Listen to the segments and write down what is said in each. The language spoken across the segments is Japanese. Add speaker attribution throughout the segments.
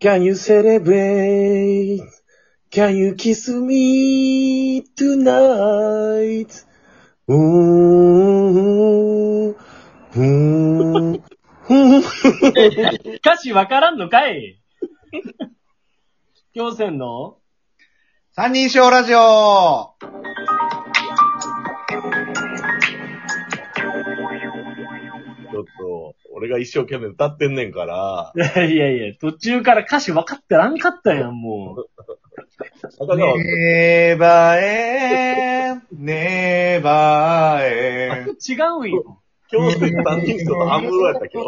Speaker 1: Can you celebrate? Can you kiss me tonight? うーん。うーん。うーん。
Speaker 2: 歌詞わからんのかい 京戦の
Speaker 3: 三人称ラジオ
Speaker 4: ちょっと、俺が一生懸命歌ってんねんから
Speaker 2: い、やいやいや、途中から歌詞分かってらんかったやん、もう。
Speaker 4: 中川君、
Speaker 3: ネバエン、ネバエン。
Speaker 2: 違うよ。
Speaker 4: 今日で三人称の半分ぐらいやっ たけど。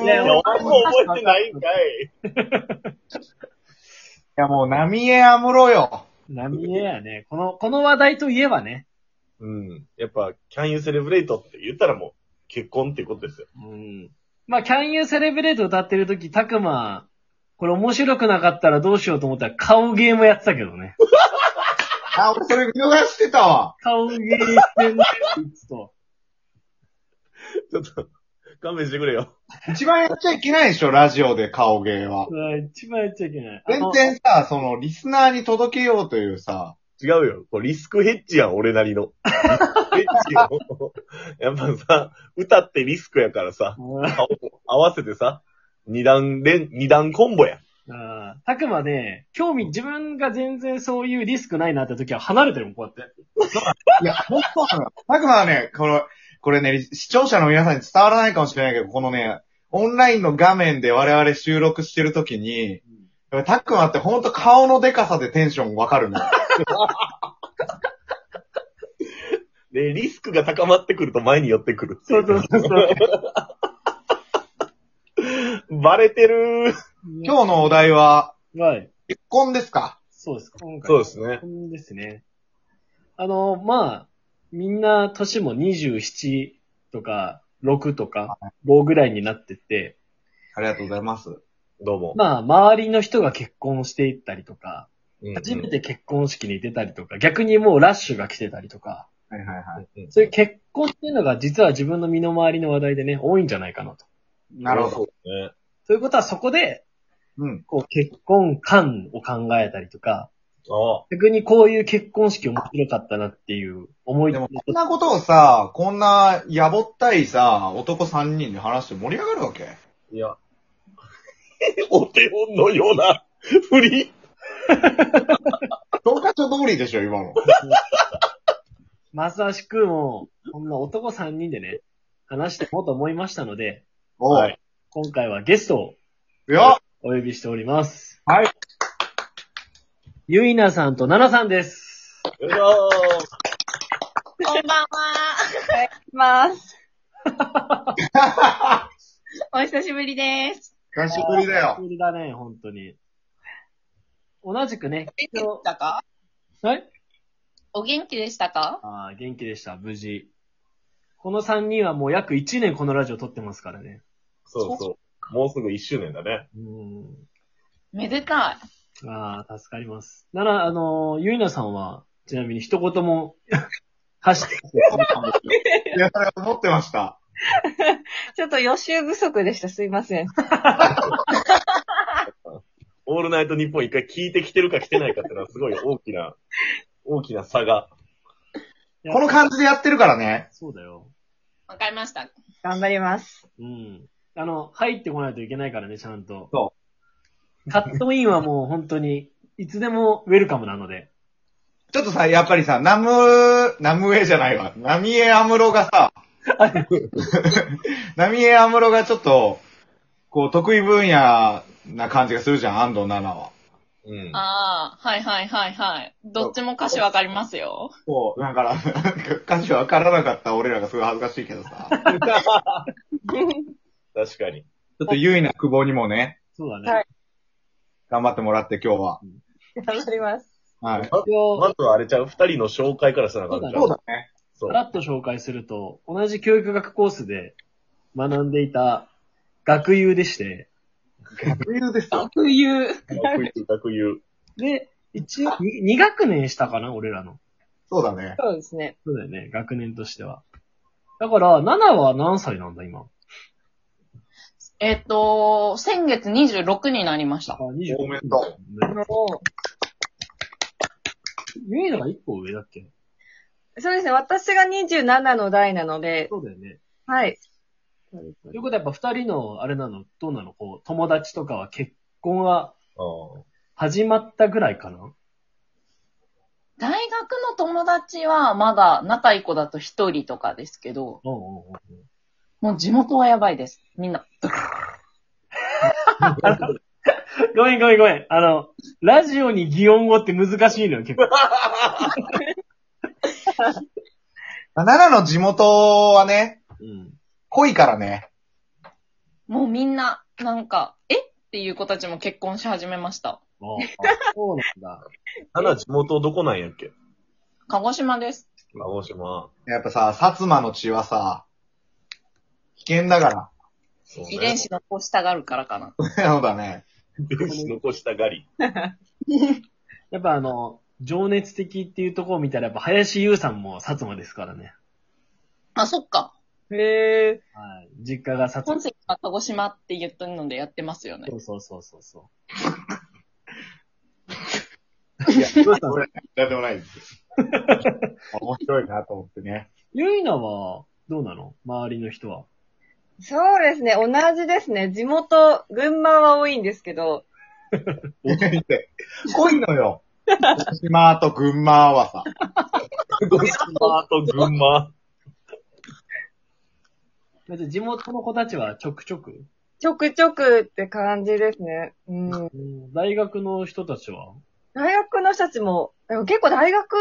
Speaker 4: い
Speaker 2: い
Speaker 4: や、
Speaker 2: や
Speaker 4: お前も覚えてないんかい。
Speaker 3: いや、もう、波江安室よ。
Speaker 2: 波江やね。この、この話題といえばね。
Speaker 4: うん。やっぱ、can you celebrate って言ったらもう、結婚っていうことですよ。
Speaker 2: うん。まあ、Can You Celebrate 歌ってる時たくま、これ面白くなかったらどうしようと思ったら顔ゲームやってたけどね。
Speaker 3: あ、俺それ見逃してたわ。
Speaker 2: 顔ゲームしてんねこいつと。
Speaker 4: ちょっと、勘弁してくれよ。
Speaker 3: 一番やっちゃいけないでしょ、ラジオで顔芸は。
Speaker 2: うわ一番やっちゃいけない。あ
Speaker 3: 全
Speaker 2: の
Speaker 3: 然さ、その、リスナーに届けようというさ、
Speaker 4: 違うよ。これリスクヘッジやん、俺なりの。リスクヘッジを。 やっぱさ、歌ってリスクやからさ、
Speaker 2: うん
Speaker 4: 顔を合わせてさ、二段連、二段コンボや。
Speaker 2: ああ、たくまね、興味、自分が全然そういうリスクないなって時は離れてるもん、こうやって。
Speaker 3: いや、本当なのよ。たくまはね、この、これね、視聴者の皆さんに伝わらないかもしれないけど、このね、オンラインの画面で我々収録してるときに、やっぱたくまってほんと顔のデカさでテンションわかる のよ。
Speaker 4: で、リスクが高まってくると前に寄ってくる。
Speaker 2: そうそうそうそう。
Speaker 4: バレてる
Speaker 2: 今
Speaker 3: 今日のお題は、
Speaker 2: 日はい。
Speaker 3: 結婚ですか
Speaker 2: そうです、今回。
Speaker 4: そうですね。
Speaker 2: そうですね。あの、まあ、みんな年も27とか6とか5ぐらいになってって、
Speaker 3: ありがとうございます。
Speaker 4: どうも。
Speaker 2: まあ、周りの人が結婚していったりとか、
Speaker 4: うん
Speaker 2: 初めて結婚式に出たりとか、逆にもうラッシュが来てたりとか、
Speaker 3: はいはいはい。
Speaker 2: そういう結婚っていうのが実は自分の身の回りの話題でね、多いんじゃないかなと。
Speaker 3: なるほど。
Speaker 4: ど。ね、
Speaker 2: ということはそこで、
Speaker 3: うん。
Speaker 2: こう結婚観を考えたりとか、
Speaker 4: あ
Speaker 2: 逆にこういう結婚式面白かったなっていう思い
Speaker 3: で
Speaker 2: 出
Speaker 3: も、こんなことをさ、こんな、やぼったいさ、男3人で話して盛り上がるわけ
Speaker 4: いや。 お手本のような振り。
Speaker 3: 教科書通りでしょ、今 の。
Speaker 2: まさしくもう、こんな男3人でね、話していこうと思いましたので、
Speaker 3: おう
Speaker 4: はい
Speaker 2: 今回はゲストを
Speaker 3: いや、
Speaker 2: お呼びしております。
Speaker 3: はい。
Speaker 2: ゆいなさんとななさんです。
Speaker 4: うわー
Speaker 5: こんばんは。お願いします。 お久しぶりです。
Speaker 3: 久しぶりだよ
Speaker 2: 久。しぶりだね、本当に。同じくね、
Speaker 5: 元気でしたか
Speaker 2: はい。
Speaker 5: お元気でしたか
Speaker 2: ああ、元気でした、無事。この3人はもう約1年このラジオ撮ってますからね。
Speaker 4: そうそう。もうすぐ一周年だね。
Speaker 2: うん。
Speaker 5: めでたい。
Speaker 2: ああ、助かります。なら、あのー、ゆいなさんは、ちなみに一言も、走って、
Speaker 3: いや、それ思ってました。
Speaker 6: ちょっと予習不足でした。すいません。
Speaker 4: オールナイト日本一回聞いてきてるか来てないかってのはすごい大きな、大きな差が。
Speaker 3: この感じでやってるからね。
Speaker 2: そうだよ。
Speaker 5: わかりました。
Speaker 6: 頑張ります。
Speaker 2: うん。あの、入ってこないといけないからね、ちゃんと。。
Speaker 3: そう
Speaker 2: カットインはもう本当に、いつでもウェルカムなので。
Speaker 3: ちょっとさ、やっぱりさ、ナム、ナムエじゃないわ。ナミエアムロがさ、 ナミエアムロがちょっと、こう、得意分野な感じがするじゃん、安藤奈々は。
Speaker 4: うん。
Speaker 5: ああ、はいはいはいはい。どっちも歌詞わかりますよ。
Speaker 3: そう、だから、歌詞わからなかった俺らがすごい恥ずかしいけど さ。ち
Speaker 4: 確かに。
Speaker 3: ょっと優位な久保にもね、
Speaker 2: そうだね。
Speaker 6: はい
Speaker 3: 頑張ってもらって今日は。
Speaker 6: 頑張ります。
Speaker 3: はい。
Speaker 2: 今
Speaker 4: まずはあれちゃう、二人の紹介からしたらあかんじゃん
Speaker 3: そうだね。
Speaker 4: そ
Speaker 2: さ
Speaker 4: う
Speaker 2: らっと紹介すると、同じ教育学コースで学んでいた学友でして、
Speaker 3: 学友ですよ。
Speaker 5: 学友。
Speaker 4: 学友学友。
Speaker 2: で、一応、2学年したかな、俺らの。
Speaker 3: そうだね。
Speaker 6: そうですね。
Speaker 2: そうだよね、学年としては。だから、7は何歳なんだ、今。
Speaker 5: ええっと、先月26になりました。
Speaker 2: 20
Speaker 3: おめでと
Speaker 2: ゆいのが1個上だっけ
Speaker 6: そうですね。私が27の代なので、
Speaker 2: そうだよね。
Speaker 6: はい。
Speaker 2: ということはやっぱ二人の、あれなの、どうなのこう、友達とかは結婚は始まったぐらいかな
Speaker 5: 大学の友達はまだ仲いい子だと一人とかですけど、
Speaker 2: うんうんうん。
Speaker 5: もう地元はやばいです。みんな。
Speaker 2: ごめんごめんごめん。あの、ラジオに擬音語って難しいのよ、結構。
Speaker 3: う。奈良の地元はね、
Speaker 2: うん。
Speaker 3: 濃いからね。
Speaker 5: もうみんな、なんか、えっていう子たちも結婚し始めました。
Speaker 2: ああそうなんだ。
Speaker 4: ただ地元どこなんやっけ
Speaker 5: 鹿児島です。
Speaker 4: 鹿児島。
Speaker 3: やっぱさ、薩摩の血はさ、危険だか
Speaker 4: そうね
Speaker 5: 遺伝子残したがるからかな。
Speaker 3: ら。 そうだね。
Speaker 4: 遺伝子残したがり。
Speaker 2: やっぱあの、情熱的っていうところを見たら、やっぱ林優さんも薩摩ですからね。
Speaker 5: あ、そっか。
Speaker 6: へえ。
Speaker 2: はい。実家が薩摩
Speaker 5: 本。籍は鹿児島って言ってるのでやってますよね。
Speaker 2: そうそうそうそうそう。
Speaker 3: いや、どうした俺、なんでもないです。 面白いなと思ってね。
Speaker 2: ゆいなは、どうなの周りの人は。
Speaker 6: そうですね。同じですね。地元、群馬は多いんですけど、
Speaker 3: 濃いのよ。鹿児島と群馬はさ。
Speaker 4: 鹿児島と群馬。
Speaker 2: だって地元の子たちはちょくちょく。
Speaker 6: ちょくちょくって感じですね。うん。
Speaker 2: うん大学の人たちは。
Speaker 6: 大学の人たちも、でも結構大学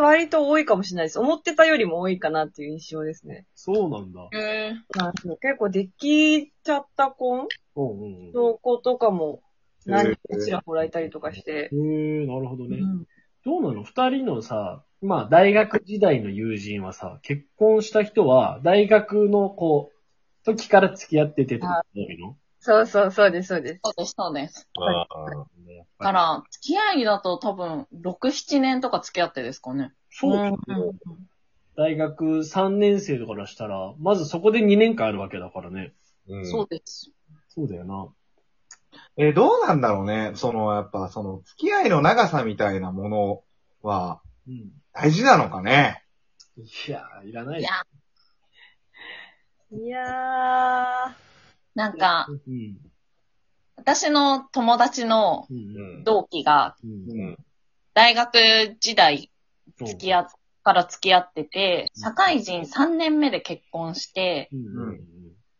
Speaker 6: 割と多いかもしれないです。思ってたよりも多いかなっていう印象ですね。
Speaker 2: そうなんだ。
Speaker 5: へー
Speaker 6: まあ、その結構できちゃった子
Speaker 2: うんうんうん。
Speaker 6: の子とかも、何人かちらほらいたりとかして。
Speaker 2: へえ、なるほどね。
Speaker 6: うん
Speaker 2: どうなの二人のさ、まあ大学時代の友人はさ、結婚した人は大学のこう、時から付き合っててってこと多いの
Speaker 6: そうそう、そうです、そうです。
Speaker 5: そうです、そうです。
Speaker 4: あ
Speaker 2: やっ
Speaker 5: だ
Speaker 2: ぱ
Speaker 5: か
Speaker 2: り
Speaker 5: ら、付き合いだと多分、6、7年とか付き合ってですかね。
Speaker 2: そう、大学3年生からしたら、まずそこで2年間あるわけだからね。
Speaker 4: ー
Speaker 5: そうです。
Speaker 2: そうだよな。
Speaker 3: え、どうなんだろうね。その、やっぱ、その、付き合いの長さみたいなものは、
Speaker 2: うん。
Speaker 3: 大事なのかね。
Speaker 2: いやー、いらない
Speaker 5: いや、
Speaker 6: いや
Speaker 5: なんか
Speaker 2: う、ん。
Speaker 5: 私の友達の
Speaker 2: う。
Speaker 4: うんん。
Speaker 5: 同期が、
Speaker 2: うん。
Speaker 4: うん。
Speaker 5: 大学時代
Speaker 2: 付
Speaker 5: 付き合っから付き合ってて、社会人3年目で結婚して、
Speaker 2: うん。うん。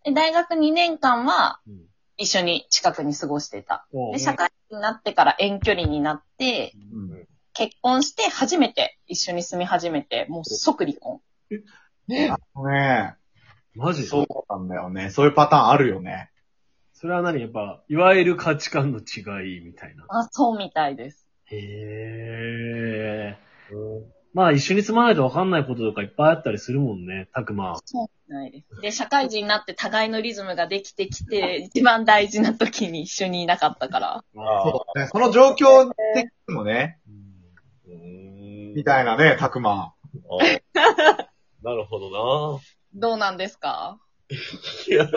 Speaker 5: で大学2年間は
Speaker 2: うん
Speaker 5: 一緒に近くに過ごしてた。
Speaker 2: うん。
Speaker 5: で、社会人になってから遠距離になって、
Speaker 3: うん
Speaker 5: 結婚して初めて一緒に住み始めて、もう即離婚。
Speaker 3: ね
Speaker 2: マジそ
Speaker 3: そ
Speaker 2: うう。
Speaker 3: なんだよね。そういうパターンあるよね。
Speaker 2: それは何やっぱ、いわゆる価値観の違いみたいな。
Speaker 5: あ、そうみたいです。
Speaker 2: へえ。まあ一緒に住まないと分かんないこととかいっぱいあったりするもんね、たくま。
Speaker 5: そうみたいです。で、社会人になって互いのリズムができてきて、一番大事な時に一緒にいなかったから。
Speaker 4: ああ。
Speaker 3: そう、ね。その状況的にもね、み
Speaker 4: み
Speaker 3: たい
Speaker 4: な。
Speaker 3: なね、たくま。
Speaker 4: あーなるほど
Speaker 5: どうなんですか
Speaker 4: な。いや。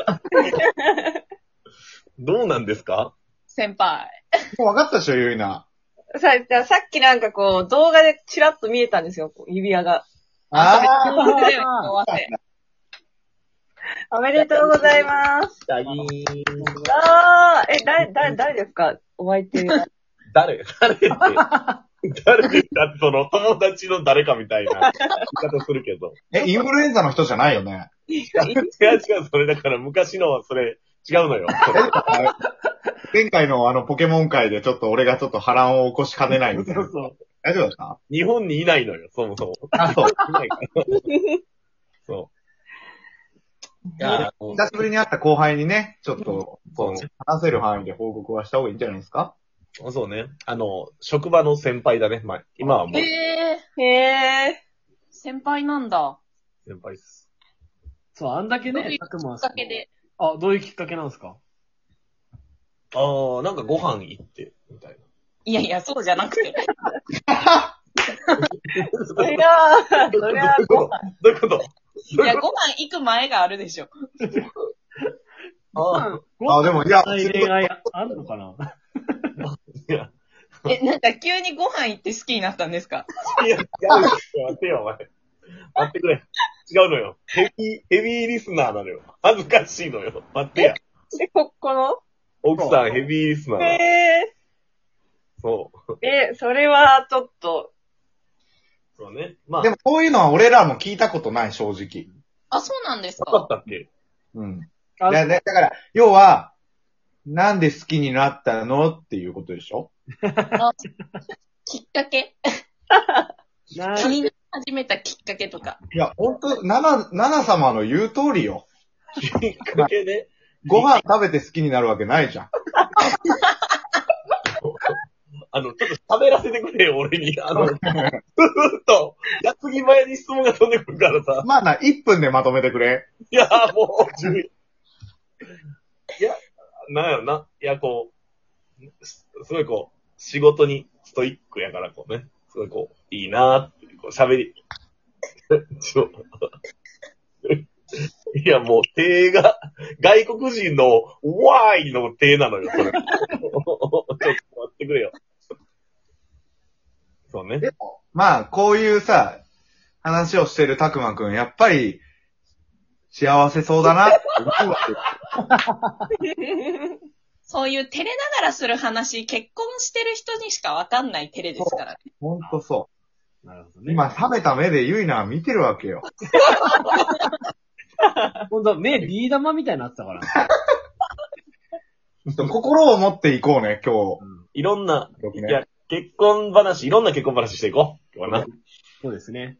Speaker 4: どうなんですか
Speaker 5: 先輩。
Speaker 3: もう分かったでしょ、ゆいな。
Speaker 6: ーさじゃあさっきなんかこう、動画でチラッと見えたんですよ、こう指輪が。
Speaker 3: あ
Speaker 5: おめでとうございます
Speaker 6: おめでとうございます。
Speaker 4: ダギー。
Speaker 6: あー、え、だ、だ、誰ですかお相手は。
Speaker 4: 誰誰って。誰って言ったらその友達の誰かみたいな言い方するけど。
Speaker 3: あ、え、インフルエンザの人じゃないよね。
Speaker 4: いや違う、それだから昔のはそれ違うのよ。それ
Speaker 3: 前回のあの、ポケモン界でちょっと俺がちょっと波乱を起こしかねないみたいな。
Speaker 2: そ う。
Speaker 3: 大丈夫だった
Speaker 4: 日本にいないのよ、そもそも。
Speaker 3: あ、そう。
Speaker 4: いないから。そう。いや、もう
Speaker 3: 久しぶりに会った後輩にね、ちょっと、そう、話せる範囲で報告はした方がいいんじゃないですか
Speaker 4: そうね。あの、職場の先輩だね。まあ、今はもう
Speaker 5: えー、
Speaker 6: へー。
Speaker 5: 先輩なんだ。
Speaker 4: 先輩です。
Speaker 2: そう、あんだけ
Speaker 5: どうい
Speaker 2: ね、
Speaker 5: う
Speaker 2: たくま
Speaker 5: きっかけで。
Speaker 2: あ、どういうきっかけなんですか
Speaker 4: ああ、なんかご飯行って、みたい
Speaker 5: いやいや、そうじゃなくて。
Speaker 6: そりゃあ、
Speaker 4: な。
Speaker 6: そ りゃあ、
Speaker 4: どういうことどういうこと
Speaker 5: いや、ご飯行く前があるでしょ。
Speaker 4: ああ、
Speaker 3: あ、でも、いや、
Speaker 2: 恋愛あるのかな
Speaker 5: え、なんか急にご飯行って好きになったんですか
Speaker 4: いや、いや、待ってよ、お前。待ってくれ。違うのよ。ヘビー、ヘビーリスナーなのよ。恥ずかしいのよ。待ってや。
Speaker 6: え、こ、この
Speaker 4: 奥さんヘビーリスナーなの。
Speaker 6: え
Speaker 4: そう。
Speaker 6: ー、え、それはちょっと、
Speaker 4: そうね。まあ、
Speaker 3: でもこういうのは俺らも聞いたことない、正直。
Speaker 5: あ、そうなんです
Speaker 4: 分かった
Speaker 5: か
Speaker 4: っけ
Speaker 3: うん。
Speaker 2: あ
Speaker 3: だだから、要は、なんで好きになったのっていうことでしょ
Speaker 5: きっかけ
Speaker 2: な
Speaker 5: 気になり始めたきっかけとか。
Speaker 3: いや、ほんと、なな、なな様の言う通りよ。
Speaker 4: きっかけね。
Speaker 3: ご飯食べて好きになるわけないじゃん。
Speaker 4: あの、ちょっと喋らせてくれよ、俺に。あの、ずーっと、やつぎ前に質問が飛んでくるからさ。
Speaker 3: まあな、1分でまとめてくれ。
Speaker 4: いや、もう、10いや、なんやろな。いや、こう、すすごいこう、仕事にストイックやから、こうね。すごいこう、いいなーって、こう、喋り。 ちょいや、もう、手が、外国人の、ワーイの手なのよ、それ。ちょ っと待ってくれよ。そうね。
Speaker 3: でも、まあ、こういうさ、話をしてるたくまくん、やっぱり、幸せそうだな って思うわけ。
Speaker 5: そういう照れながらする話、結婚してる人にしかわかんない照れですからね。
Speaker 3: ほんとそ
Speaker 2: なるほど
Speaker 3: う。
Speaker 2: ね。
Speaker 3: 今、冷めた目でゆいなは見てるわけよ。
Speaker 2: ほんと、目、ビー玉みたいになってたから。
Speaker 3: 心を持っていこうね、今
Speaker 2: うん
Speaker 4: いろんな、
Speaker 3: 日。
Speaker 4: いや、結婚話、いろんな結婚話していこう。今日はな。
Speaker 2: そうですね。